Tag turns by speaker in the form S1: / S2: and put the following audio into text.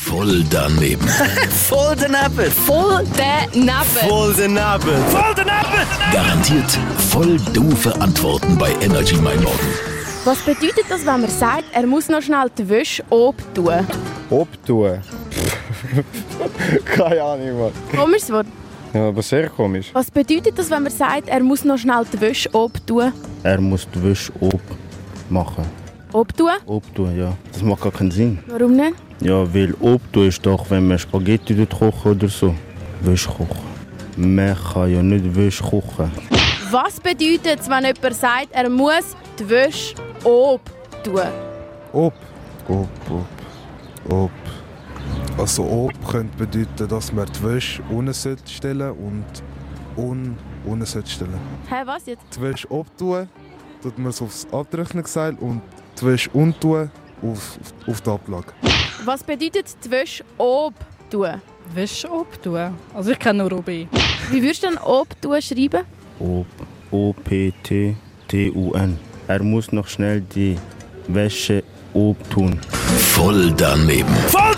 S1: Voll daneben.
S2: Voll daneben.
S3: Voll daneben.
S2: Voll daneben. Voll daneben.
S1: Garantiert voll doofe Antworten bei Energy Mein Morgen.
S3: Was bedeutet das, wenn man sagt, er muss noch schnell die Wäsche oben tun?
S4: Obtun. Keine Ahnung, Mann.
S3: Komisches Wort.
S4: Ja, aber sehr komisch.
S3: Was bedeutet das, wenn man sagt, er muss noch schnell die Wäsche oben tun?
S5: Er muss die Wäsche ob machen.
S3: Oben tun?
S5: Ob tun, ja. Das macht gar keinen Sinn.
S3: Warum nicht?
S5: Ja, weil ob tun ist doch, wenn man Spaghetti dort kochen oder so. Wäsche kochen. Man kann ja nicht Wäsche kochen.
S3: Was bedeutet es, wenn jemand sagt, er muss die Wäsche oben tun?
S6: Ob. Ob, ob, ob. Also ob könnte bedeuten, dass man die Wäsche unten sollte stellen und un unten sollte stellen.
S3: Hä, was jetzt?
S6: Die Wäsche obtun, tut man es aufs Abtrocknungsseil und die Wäsche untun auf, auf, auf die Ablage.
S3: Was bedeutet die Wäsche oben tun?
S7: Wäsche abtun. Also ich kenne nur Rubi.
S3: Wie würdest du denn oben tun schreiben?
S5: Ob. O-P-T-T-U-N. Er muss noch schnell die Wäsche obtun.
S1: Voll daneben.
S2: Voll